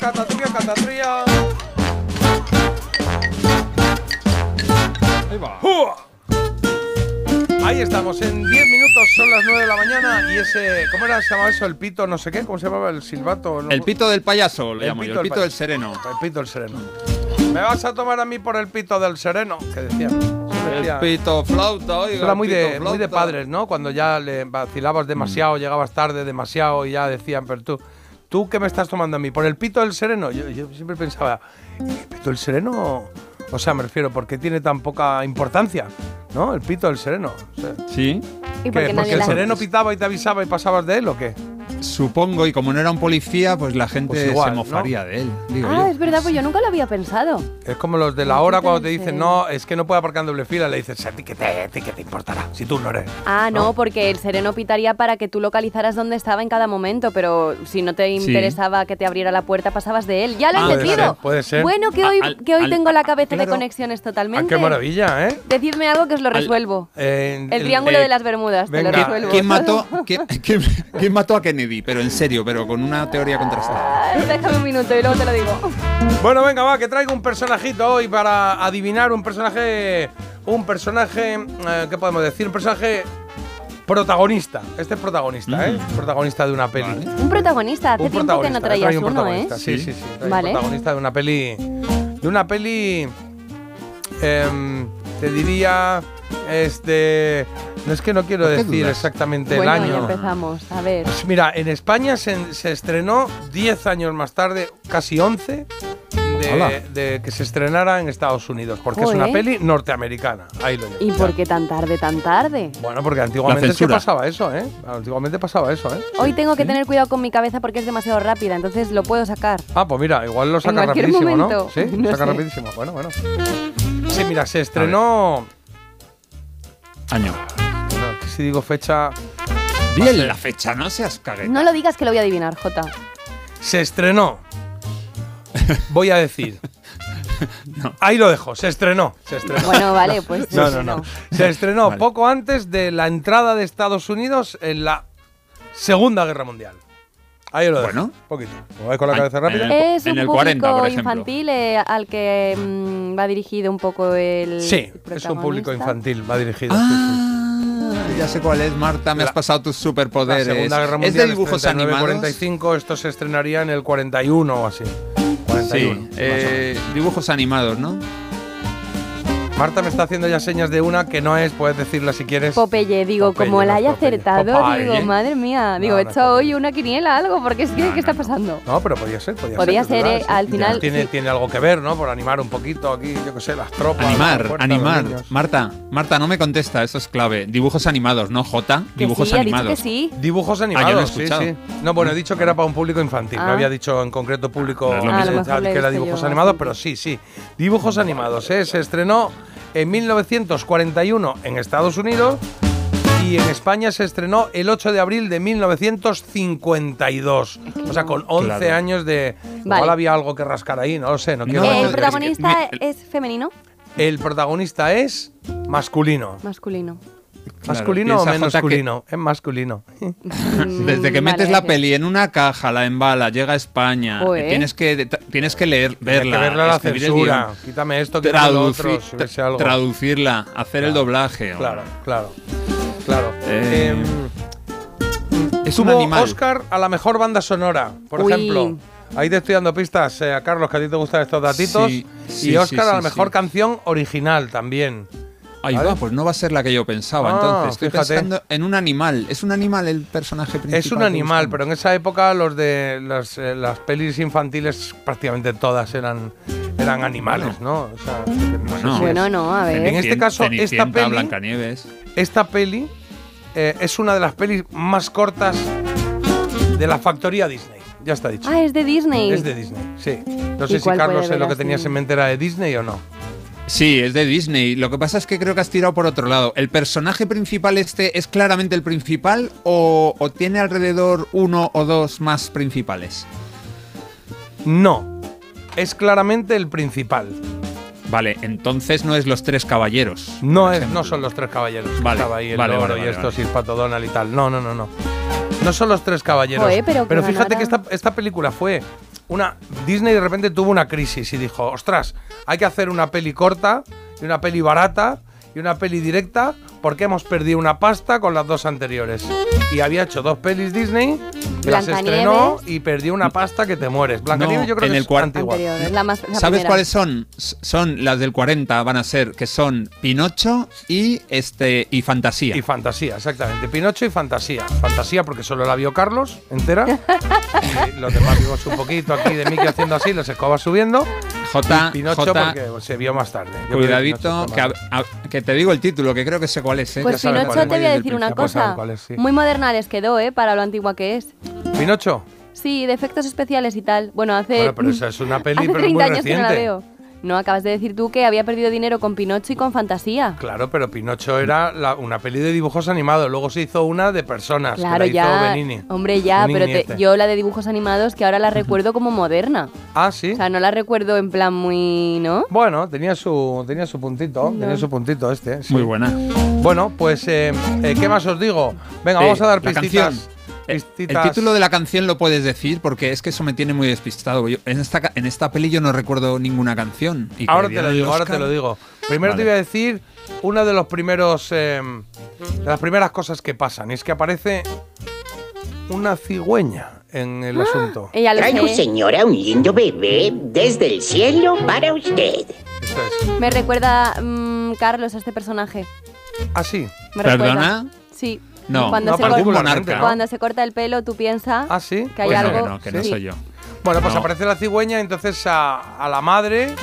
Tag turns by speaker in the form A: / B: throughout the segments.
A: catatrío, catatrío. Ahí va. Ahí estamos, en 10 minutos son las 9 de la mañana y ese, ¿cómo era? ¿Se llamaba eso? El pito, no sé qué, ¿cómo se llamaba? El silbato. no-
B: El pito del payaso,
A: El
B: le llamo yo,
A: pito
B: el
A: del
B: pito del
A: payaso.
B: sereno.
A: El pito del sereno. Me vas a tomar a mí por el pito del sereno, que decía. Se
B: El
A: decía-
B: pito flauta, oiga.
A: Eso era
B: el
A: muy
B: pito
A: de, muy de
B: flauta.
A: padres, ¿no? Mm. Cuando ya le vacilabas demasiado, llegabas tarde demasiado y ya decían, pero tú, ¿tú qué me estás tomando a mí? ¿Por el pito del sereno? Yo, yo siempre pensaba, ¿el pito del sereno? O sea, me refiero, ¿por qué tiene tan poca importancia? ¿No? El pito del sereno. O sea,
B: Sí.
A: ¿qué?
C: Y porque
A: ¿Porque
C: nadie
A: el
C: la-
A: sereno pitaba y te avisaba y pasabas de él o qué?
B: Supongo, y como no era un policía, pues la gente
A: Pues igual,
B: se
A: ¿no?
B: mofaría de él. Digo
C: Ah,
B: yo.
C: es verdad, pues yo nunca lo había pensado.
A: Es como los de la hora cuando te
C: Entonces-
A: dicen, no, es que no puedo aparcar en doble fila. Le dices, a ti que te, a ti que te importará, si tú no eres.
C: Ah, no, porque el sereno pitaría para que tú localizaras dónde estaba en cada momento, pero si no te
B: Sí.
C: interesaba que te abriera la puerta, pasabas de él. Ya lo he
B: Ah, puede
C: entendido.
A: ser, puede ser.
C: Bueno, que
B: Ah,
C: hoy,
B: al-
C: que hoy
B: al-
C: tengo la cabeza
B: claro.
C: de conexiones
A: Ah,
C: totalmente.
A: ¡Qué maravilla, eh!
C: Decidme algo que os lo
B: Al-
C: resuelvo.
A: Eh,
C: el triángulo
B: eh,
C: de las Bermudas, te
A: venga.
C: lo resuelvo.
B: ¿Quién mató, quién- quién- quién mató a Kennedy? Pero en serio, pero con una teoría contrastada.
C: Ay, Déjame un minuto y luego te lo digo.
A: Bueno, venga, va, que traigo un personajito hoy para adivinar un personaje. Un personaje. eh, ¿Qué podemos decir? Un personaje protagonista. Este es protagonista, ¿eh? Protagonista de una peli.
B: Mm. Vale.
C: Un protagonista, hace
A: Un
C: tiempo que
A: protagonista.
C: no
A: he traído
C: traías
A: un
C: uno, ¿eh?
A: protagonista, Sí, sí, sí. he traído un
C: Vale.
A: Protagonista de una peli. De una peli. em, te diría. Este. No es que no quiero
B: ¿Por qué
A: decir
B: dudas?
A: exactamente
C: bueno,
A: el
C: ya
A: año.
C: empezamos, a ver.
A: Pues mira, en España se, se estrenó 10 años más tarde, casi 11,
B: Hola.
A: de, de que se estrenara en Estados Unidos, porque es una
C: Joder.
A: peli norteamericana. Ahí lo
C: ¿Y
A: llevo.
C: por qué tan tarde, tan tarde?
A: Bueno, porque antiguamente es que
B: censura.
A: pasaba eso, ¿eh? Antiguamente pasaba eso, ¿eh?
C: Hoy tengo que tener cuidado con mi cabeza porque es demasiado rápida, entonces lo puedo sacar.
A: Ah, pues mira, igual lo saca
C: cualquier
A: rapidísimo, ¿no?
C: momento.
A: Sí, lo
C: No
A: saca
C: sé.
A: rapidísimo. Bueno, bueno. Sí, mira, se estrenó.
B: Año.
A: bueno, que si digo fecha.
B: Bien la fecha, no seas cagueta.
C: No lo digas que lo voy a adivinar, Jota.
A: Se estrenó. Voy a decir.
B: No.
A: Ahí lo dejo, se estrenó. Se estrenó.
C: Bueno, vale, pues.
A: No,
C: sí,
A: no, no. Se estrenó
B: Vale.
A: poco antes de la entrada de Estados Unidos en la Segunda Guerra Mundial. Ahí lo dejo.
B: Bueno.
A: Un poquito. Como vais con la
B: Ay,
A: cabeza rápida.
B: en el-
C: Es un
B: el
C: público
B: 40, por ejemplo.
C: infantil eh, al que mm, va dirigido un poco el.
A: Sí, es un público
C: protagonista.
A: infantil, va dirigido. sí, sí.
B: Ah, ya sé cuál es, Marta. Me
A: La-
B: has pasado tus
A: La
B: superpoderes.
A: Segunda Guerra
B: es
A: Mundial
B: de dibujos
A: 39,
B: animados.
A: 45, esto se estrenaría en el 41 o así. 41.
B: Sí,
A: más o
B: eh, dibujos animados, ¿no?
A: menos. Marta me está haciendo ya señas de una que no es, puedes decirla si quieres.
C: Popeye, digo,
A: Popeye,
C: como la
A: no,
C: haya
A: Popeye.
C: acertado,
A: Popeye.
C: digo, madre mía, digo,
A: No,
C: he
A: no,
C: hecho
A: Popeye.
C: hoy una quiniela, algo, porque es que,
B: No,
C: ¿qué está
B: no, no.
C: pasando?
A: No, pero podía ser, podía,
C: Podía
A: ser. es
C: ser,
A: verdad,
C: eh,
A: sí.
C: al
A: Ya
C: final,
A: Tiene,
C: sí.
A: tiene algo que ver, ¿no? Por animar un poquito aquí, yo qué sé, las tropas.
B: Animar,
A: las fuerzas, los
B: animar.
A: niños.
B: Marta, Marta, no me contesta, eso es clave. Dibujos animados, ¿no? J,
C: Que
B: dibujos
C: sí, ha dicho que
B: animados.
C: sí.
A: Dibujos
B: Ah, yo lo he
A: animados, sí,
B: escuchado.
A: sí. No, bueno, he dicho que era para un público infantil. No
C: Ah.
A: había dicho en concreto público
B: No es lo
A: en
B: mismo.
C: Ah, a lo mejor
A: general
C: lo he
A: que era
C: visto
A: dibujos
C: yo
A: animados,
C: bastante.
A: pero sí, sí. Dibujos animados, ¿eh? Se estrenó en 1941 en Estados Unidos y en España se estrenó el 8 de abril de 1952. O sea, con 11
B: Claro.
A: años de... Igual
C: Vale.
A: había algo que rascar ahí, no lo sé. No quiero
B: no,
C: Eh,
A: decir-
C: el
B: es que-
C: protagonista
B: mi-
C: es femenino,
A: El protagonista es masculino.
C: masculino.
B: Claro,
A: ¿Masculino o
B: piensa,
A: menos
B: Jota, que-
A: masculino? Es masculino.
B: Desde que
C: Mm,
B: metes
C: vale, ¿eh?
B: la
C: gracias.
B: peli en una caja, la embala, llega a España, eh,
C: Joder.
B: tienes que de- ta- tienes que leer, verla,
A: Hay que verla la
B: escribir el
A: censura.
B: guión,
A: Quítame esto, quítame lo
B: traduci-
A: otro, si hubiese algo.
B: traducirla, hacer el doblaje. o-
A: Claro, claro, claro.
B: Eh,
A: Em,
B: Es un
A: tuvo
B: animal.
A: Oscar a la mejor banda sonora, por
C: Uy.
A: ejemplo. Ahí te estoy dando pistas, eh, a Carlos, que a ti te gustan estos datitos.
B: Sí,
A: y
B: sí,
A: Oscar
B: sí,
A: a la
B: sí,
A: mejor
B: sí.
A: canción original también.
B: Ahí
A: ¿Vale?
B: va, pues no va a ser la que yo pensaba.
A: Ah,
B: Entonces, estoy
A: fíjate.
B: pensando en un animal. Es un animal el personaje principal.
A: es un
B: que
A: animal,
B: buscamos?
A: pero en esa época los de las, eh, las pelis infantiles prácticamente todas eran, eran animales, ¿no? O sea, no sé
B: Bueno.
A: si
C: Bueno,
A: es-
C: no, a
A: En
C: ver.
A: este
B: Cenicienta,
A: caso, esta
B: Cenicienta,
A: peli-
B: Blancanieves.
A: Esta peli eh, es una de las pelis más cortas de la factoría Disney. Ya está dicho.
C: Ah, es de Disney.
A: Es de Disney, sí. No
C: ¿Y
A: sé si
C: cuál puede
A: Carlos
C: ver
A: lo que
C: así?
A: tenías en mente era de Disney o no.
B: Sí, es de Disney. Lo que pasa es que creo que has tirado por otro lado. ¿El personaje principal este es claramente el principal o, o tiene alrededor uno o dos más principales?
A: No. Es claramente el principal.
B: Vale, entonces no es los tres caballeros.
A: No,
B: por
A: es,
B: ejemplo.
A: no son los tres caballeros. que
B: Vale,
A: Estaba ahí el
B: vale,
A: loro
B: vale,
A: y
B: vale,
A: estos
B: vale.
A: y el pato Donald y tal. No, no, no, no. No son los tres caballeros.
C: Joder, pero que
A: fíjate
C: ganara.
A: que esta, esta película fue una Disney de repente tuvo una crisis y dijo, ostras, hay que hacer una peli corta y una peli barata y una peli directa porque hemos perdido una pasta con las dos anteriores. Y había hecho dos pelis Disney, que las
C: Blancanieves.
A: estrenó y perdió una pasta que te mueres. Blancanieves
B: No,
A: yo creo
B: en
A: que
B: el
A: es
B: cuarto.
A: antigua.
C: Anterior, es la más, la
B: ¿Sabes
C: primera.
B: cuáles son? S- Son las del 40 van a ser, que son Pinocho y este y Fantasía.
A: Y fantasía, exactamente. Pinocho y fantasía. Fantasía porque solo la vio Carlos entera. Y los demás vimos un poquito aquí de Mickey haciendo así, las escobas subiendo.
B: J,
A: Y Pinocho
B: J,
A: porque se vio más tarde. Yo creo que Pinocho
B: cuidadito,
A: está
B: que,
A: mal.
B: a- a- que te digo el título, que creo que sé cuál es. ¿eh?
A: ya
C: Pues
A: saben cuál
C: Pinocho
A: es.
C: te voy a
B: Desde el
C: decir una
A: principio saben
C: cosa.
A: cuál es, sí.
C: Muy moderna les quedó, ¿eh? Para lo antigua que es.
A: Pinocho.
C: Sí, de efectos especiales y tal. Bueno, hace.
A: Bueno, pero esa es una peli,
C: hace
A: pero es
C: 30
A: muy
C: años que no la
A: reciente.
C: veo. No, acabas de decir tú que había perdido dinero con Pinocho y con Fantasía.
A: Claro, pero Pinocho era la- una peli de dibujos animados. Luego se hizo una de personas. que
C: Claro,
A: la Hizo
C: ya.
A: Benigni.
C: Hombre, ya,
A: Benigni este.
C: pero te-
A: Nieto.
C: yo la de dibujos animados que ahora la recuerdo como moderna.
A: Ah, sí.
C: O sea, no la recuerdo en plan muy. ¿No?
A: bueno, tenía su, tenía su puntito. Tenía su puntito este. sí.
B: Muy buena.
A: Bueno, pues, eh, eh, ¿qué más os digo? Venga,
B: Eh,
A: vamos a dar
B: la
A: pistitas.
B: canción. Eh, El título de la canción lo puedes decir porque es que eso me tiene muy despistado. Yo- en, esta, ca- en esta peli yo no recuerdo ninguna canción. y que
A: Ahora te
B: dieron
A: lo
B: el
A: digo, ahora
B: Oscar.
A: te lo digo. Primero
B: Vale.
A: te voy a decir una de los primeros, eh, de las primeras cosas que pasan. Y es que aparece una cigüeña en el asunto.
C: Ella lo
D: Traigo,
C: sé.
D: señora, un lindo bebé desde el cielo para usted.
A: Esto es.
C: Me recuerda mm, Carlos a este personaje.
A: Así.
C: Me
B: ¿Perdona?
C: recuerda. Sí.
B: No,
C: cuando,
A: no,
C: se
A: algún
B: algún
C: corta,
A: particularmente,
B: monarca.
A: ¿no?
C: cuando se corta el pelo, tú piensas
A: ¿Ah, sí?
C: que hay
B: Pues no,
C: algo.
B: que no, que no
C: Sí.
B: soy yo.
A: Bueno, pues
B: No.
A: aparece la cigüeña, entonces a, a la madre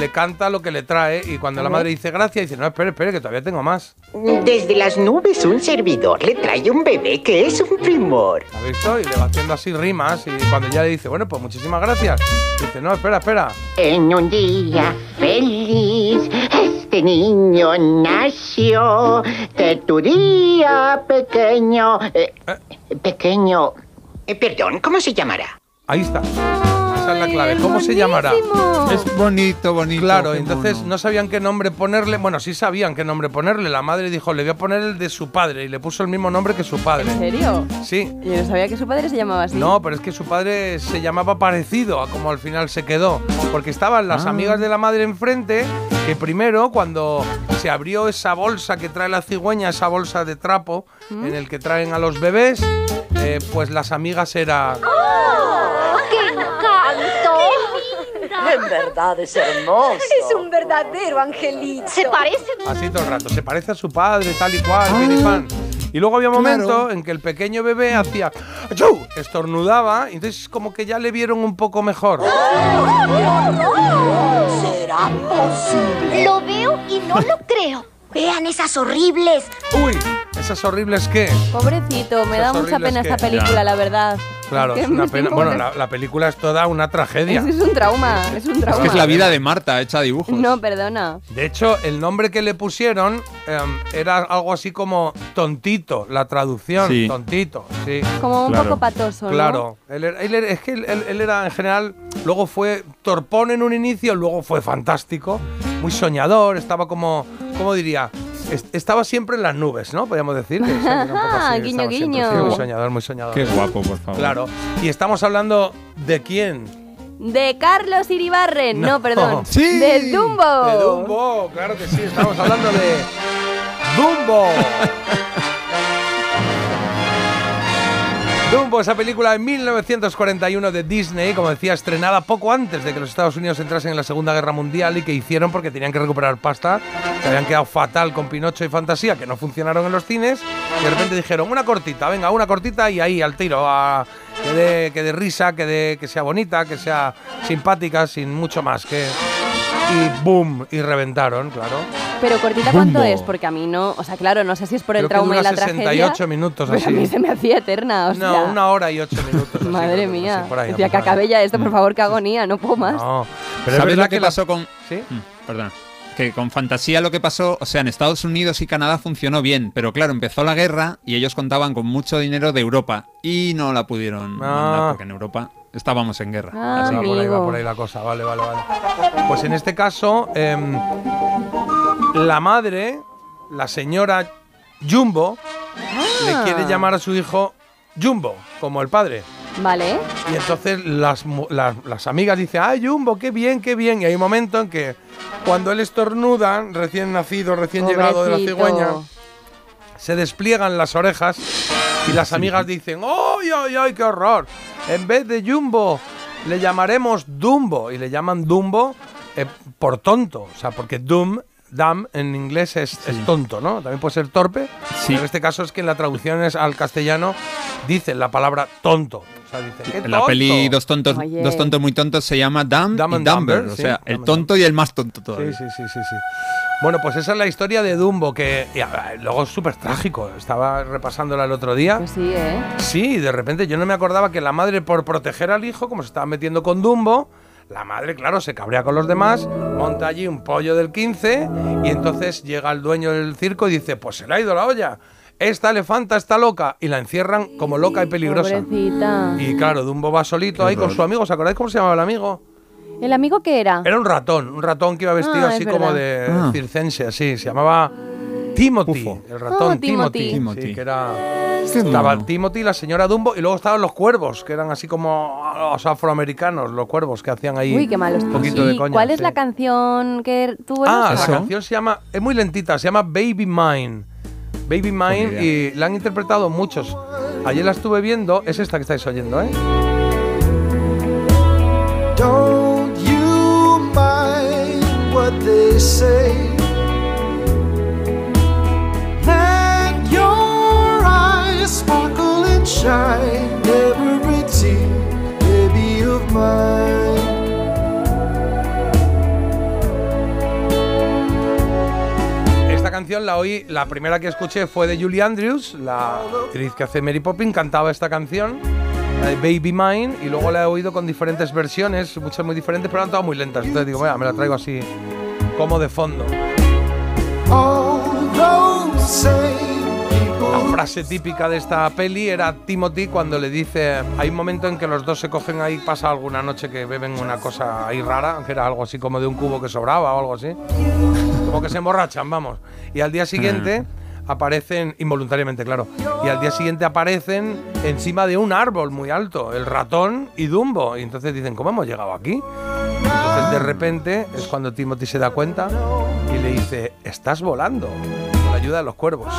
A: le canta lo que le trae. Y cuando la madre dice gracias, dice, no, espere, espere, que todavía tengo más.
D: Desde las nubes un servidor le trae un bebé que es un primor.
A: ¿Has visto? Y le va haciendo así rimas. Y cuando ya le dice, bueno, pues muchísimas gracias, dice, no, espera, espera.
D: En un día feliz este niño nació de tu día pequeño. eh, pequeño. Eh, perdón, ¿cómo se llamará?
A: Ahí está. Esa es la
C: Ay,
A: clave.
C: el
A: ¿Cómo se llamará?
C: monísimo.
B: Es bonito, bonito.
A: Claro,
B: Oh, qué
A: entonces
B: mono.
A: no sabían qué nombre ponerle. Bueno, sí sabían qué nombre ponerle. La madre dijo, le voy a poner el de su padre. Y le puso el mismo nombre que su
C: ¿En
A: padre.
C: serio?
A: Sí.
C: Yo no sabía que su padre se llamaba así.
A: No, pero es que su padre se llamaba parecido a como al final se quedó. Porque estaban las
B: Ah.
A: amigas de la madre enfrente, que primero, cuando se abrió esa bolsa que trae la cigüeña, esa bolsa de trapo en el que traen a los bebés, eh, pues las amigas era...
E: En verdad es hermoso.
F: Es un verdadero angelito.
G: Se parece
A: Así todo el rato. Se parece a su padre, tal y cual, piripán. Y luego había un
B: claro.
A: momento en que el pequeño bebé hacía ¡Achú! estornudaba, y entonces como que ya le vieron un poco mejor.
E: Será posible.
G: Lo veo y no lo creo. Vean esas horribles.
A: Uy, esas horribles que.
C: Pobrecito, me
A: Esas
C: da mucha
A: horribles
C: pena
A: que-
C: esta película,
B: Ya.
C: la verdad.
A: Claro,
C: Que
A: es una
C: me
A: pena.
C: tengo
A: Bueno,
C: que-
A: la, la película es toda una tragedia.
C: Es, es un trauma, es un
B: Es
C: trauma.
B: que es la vida de Marta hecha
A: pues.
B: dibujos.
C: No, perdona.
A: De hecho, el nombre que le pusieron em, era algo así como tontito, la traducción,
B: Sí.
A: tontito, sí.
C: Como un
B: Claro.
C: poco patoso, ¿no?
A: Claro, él era- él era- es que él, él- él era en general, luego fue torpón en un inicio, luego fue fantástico, muy soñador, estaba como, ¿cómo diría? Es- estaba siempre en las nubes, ¿no? Podríamos decir. que era un poco
C: Ah,
A: así,
C: guiño,
A: estaba siempre
C: guiño.
A: así, Muy soñador, muy soñador.
B: Qué guapo, por favor.
A: Claro, y estamos hablando de quién?
C: De Carlos Iribarren. No,
A: No.
C: perdón.
B: Sí.
C: De Dumbo.
A: De Dumbo, claro que sí, estamos hablando de Dumbo. Dumbo, esa película de 1941 de Disney, como decía, estrenada poco antes de que los Estados Unidos entrasen en la Segunda Guerra Mundial y que hicieron porque tenían que recuperar pasta, se habían quedado fatal con Pinocho y Fantasía, que no funcionaron en los cines, y de repente dijeron, una cortita, venga, una cortita y ahí al tiro, a- que dé que dé risa, que, dé- que sea bonita, que sea simpática, sin mucho más, que, y boom, y reventaron, claro.
C: Pero cortita,
B: Dumbo.
C: ¿cuánto es? Porque a mí no. O sea, claro, no sé si es por el
A: Creo que
C: trauma y
A: dura
C: la
A: 68
C: tragedia.
A: minutos
C: Pero a mí
A: así.
C: se me hacía eterna. O sea,
A: No, una hora y ocho minutos. así, creo
C: Madre
A: que
C: mía.
A: sí, por ahí,
C: Decía que
A: por ahí. Mm.
C: acabé ya esto, por favor, que agonía, no puedo más.
A: No, pero es
B: ¿Sabes
A: verdad
B: lo que
A: la-
B: pasó con.?
A: ¿Sí?
B: Mm, Perdón. Que con fantasía lo que pasó, o sea, en Estados Unidos y Canadá funcionó bien, pero claro, empezó la guerra y ellos contaban con mucho dinero de Europa y no la pudieron
A: Ah.
B: mandar porque en Europa estábamos en guerra.
C: Ah,
A: Ah,
B: Así
A: va
B: que-
A: por ahí, va
C: amigo.
A: por ahí la cosa, vale, vale, vale. Pues en este caso, em, la madre, la señora
C: Ah.
A: Jumbo, le quiere llamar a su hijo Jumbo, como el padre.
C: Vale.
A: Y entonces las, mu- las, las amigas dicen, ¡ay, Jumbo, qué bien, qué bien! Y hay un momento en que cuando él estornuda, recién nacido, recién llegado de la
C: Pobrecito.
A: cigüeña, se despliegan las orejas y las amigas dicen, ¡ay, ay, ay, qué horror! En vez de Jumbo, le llamaremos Dumbo. Y le llaman Dumbo eh, por tonto, o sea, porque Doom, Dam en inglés es, es tonto, ¿no? También puede ser torpe.
B: Sí.
A: pero En este caso es que en la traducción es al castellano dicen la palabra tonto. O sea, dicen, "¡Qué
B: En la
A: tonto!".
B: peli Dos tontos,
C: Oye.
B: dos tontos muy tontos se llama Dumb
A: Dumb
B: y
A: and
B: Dumber,
A: Dumber,
B: o
A: sí,
B: sea,
A: Dumb
B: el
A: and
B: tonto y el más tonto todavía.
A: Sí, sí, sí, sí, sí. Bueno, pues esa es la historia de Dumbo, que y, a- luego es súper trágico. Estaba repasándola el otro día.
C: Pues sí, ¿eh?
A: Sí, de repente yo no me acordaba que la madre, por proteger al hijo, como se estaba metiendo con Dumbo, la madre, claro, se cabrea con los demás, monta allí un pollo del 15 y entonces llega el dueño del circo y dice, pues se le ha ido la olla, esta elefanta está loca y la encierran como loca y peligrosa.
C: Pobrecita.
A: Y claro, Dumbo va solito ahí con su amigo, ¿os acordáis cómo se llamaba el amigo?
C: ¿El amigo qué era?
A: Era un ratón, un ratón que iba vestido
C: Ah, es
A: así como de
B: Ah.
A: circense, así, se llamaba Timothy,
B: Pufo.
A: el ratón
C: Ah, Timothy.
A: Timothy,
B: Timothy.
A: sí, que era...
B: Qué
A: Estaba el
B: mono.
A: Timothy, la señora Dumbo y luego estaban los cuervos, que eran así como ah, los afroamericanos, los cuervos que hacían ahí
C: Uy, qué malos.
A: un poquito
C: ¿Y
A: de coña.
C: cuál es
A: sí.
C: la canción que tú
A: Ah,
C: eras?
A: la
B: Eso.
A: canción se llama, es muy lentita, se llama Baby Mine. Baby Mine
B: Pues idea.
A: y la han interpretado muchos. Ayer la estuve viendo, es esta que estáis oyendo, ¿eh?
H: Don't you mind what they say? Let your eyes sparkle and shine every tear, baby of mine.
A: Esta canción la oí, la primera que escuché fue de Julie Andrews, la actriz que hace Mary Poppins, cantaba esta canción, la de Baby Mine, y luego la he oído con diferentes versiones, muchas muy diferentes, pero han estado muy lentas. Entonces digo, mira, me la traigo así como de fondo.
H: All those same
A: La
H: people.
A: frase típica de esta peli era Timothy cuando le dice, hay un momento en que los dos se cogen ahí, pasa alguna noche que beben una cosa ahí rara, que era algo así como de un cubo que sobraba o algo así, como que se emborrachan, vamos. Y al día siguiente aparecen, involuntariamente claro, y al día siguiente aparecen encima de un árbol muy alto, el ratón y Dumbo, y entonces dicen, ¿cómo hemos llegado aquí? Entonces de repente es cuando Timothy se da cuenta y le dice, estás volando, con la ayuda de los cuervos.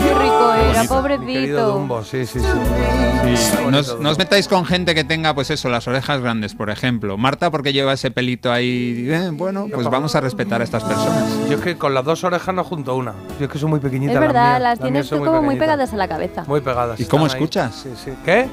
C: Qué rico
B: Bonito.
C: era,
A: Mi querido
C: pobrecito.
A: Dumbo, sí, sí, sí.
B: Sí,
A: bonito
B: no os-
A: todo.
B: no os metáis con gente que tenga, pues eso, las orejas grandes, por ejemplo. Marta, porque lleva ese pelito ahí. Eh, bueno, pues vamos a respetar a estas personas.
A: Yo es que con las dos orejas no junto una. Yo es que son muy pequeñitas
C: Es verdad,
A: mías.
C: las
A: mías
C: tienes
A: son
C: tú como muy
A: pequeñitas.
C: pegadas a la cabeza.
A: Muy pegadas.
B: ¿Y cómo
A: están ahí.
B: escuchas?
A: Sí, sí. ¿Qué?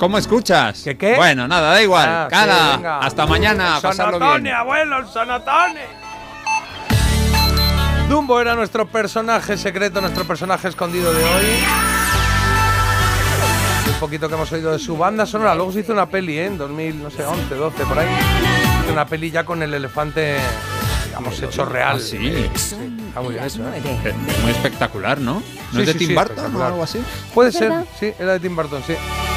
B: ¿Cómo escuchas?
A: ¿Qué qué?
B: Bueno, nada, da igual.
A: Ah, sí,
B: Cala,
A: venga.
B: hasta mañana, a
A: ¡El
B: pasarlo
A: sonotone,
B: bien.
A: abuelo, el sonotone. Dumbo era nuestro personaje secreto, nuestro personaje escondido de hoy. Un poquito que hemos oído de su banda sonora. Luego se hizo una peli, ¿eh? En 2000, no sé, 11, 12, por ahí. Hizo Una peli ya con el elefante, digamos, hecho real.
B: Ah, sí.
A: Eh, Está muy bien hecho, ¿eh?
B: Eh, Muy espectacular, ¿no? ¿No
A: Sí,
B: es de
A: sí,
B: Tim
A: sí,
B: Burton o
A: espectacular.
B: algo así?
A: Puede
C: ¿Es
A: ser,
C: verdad?
A: sí, era de Tim Burton, sí.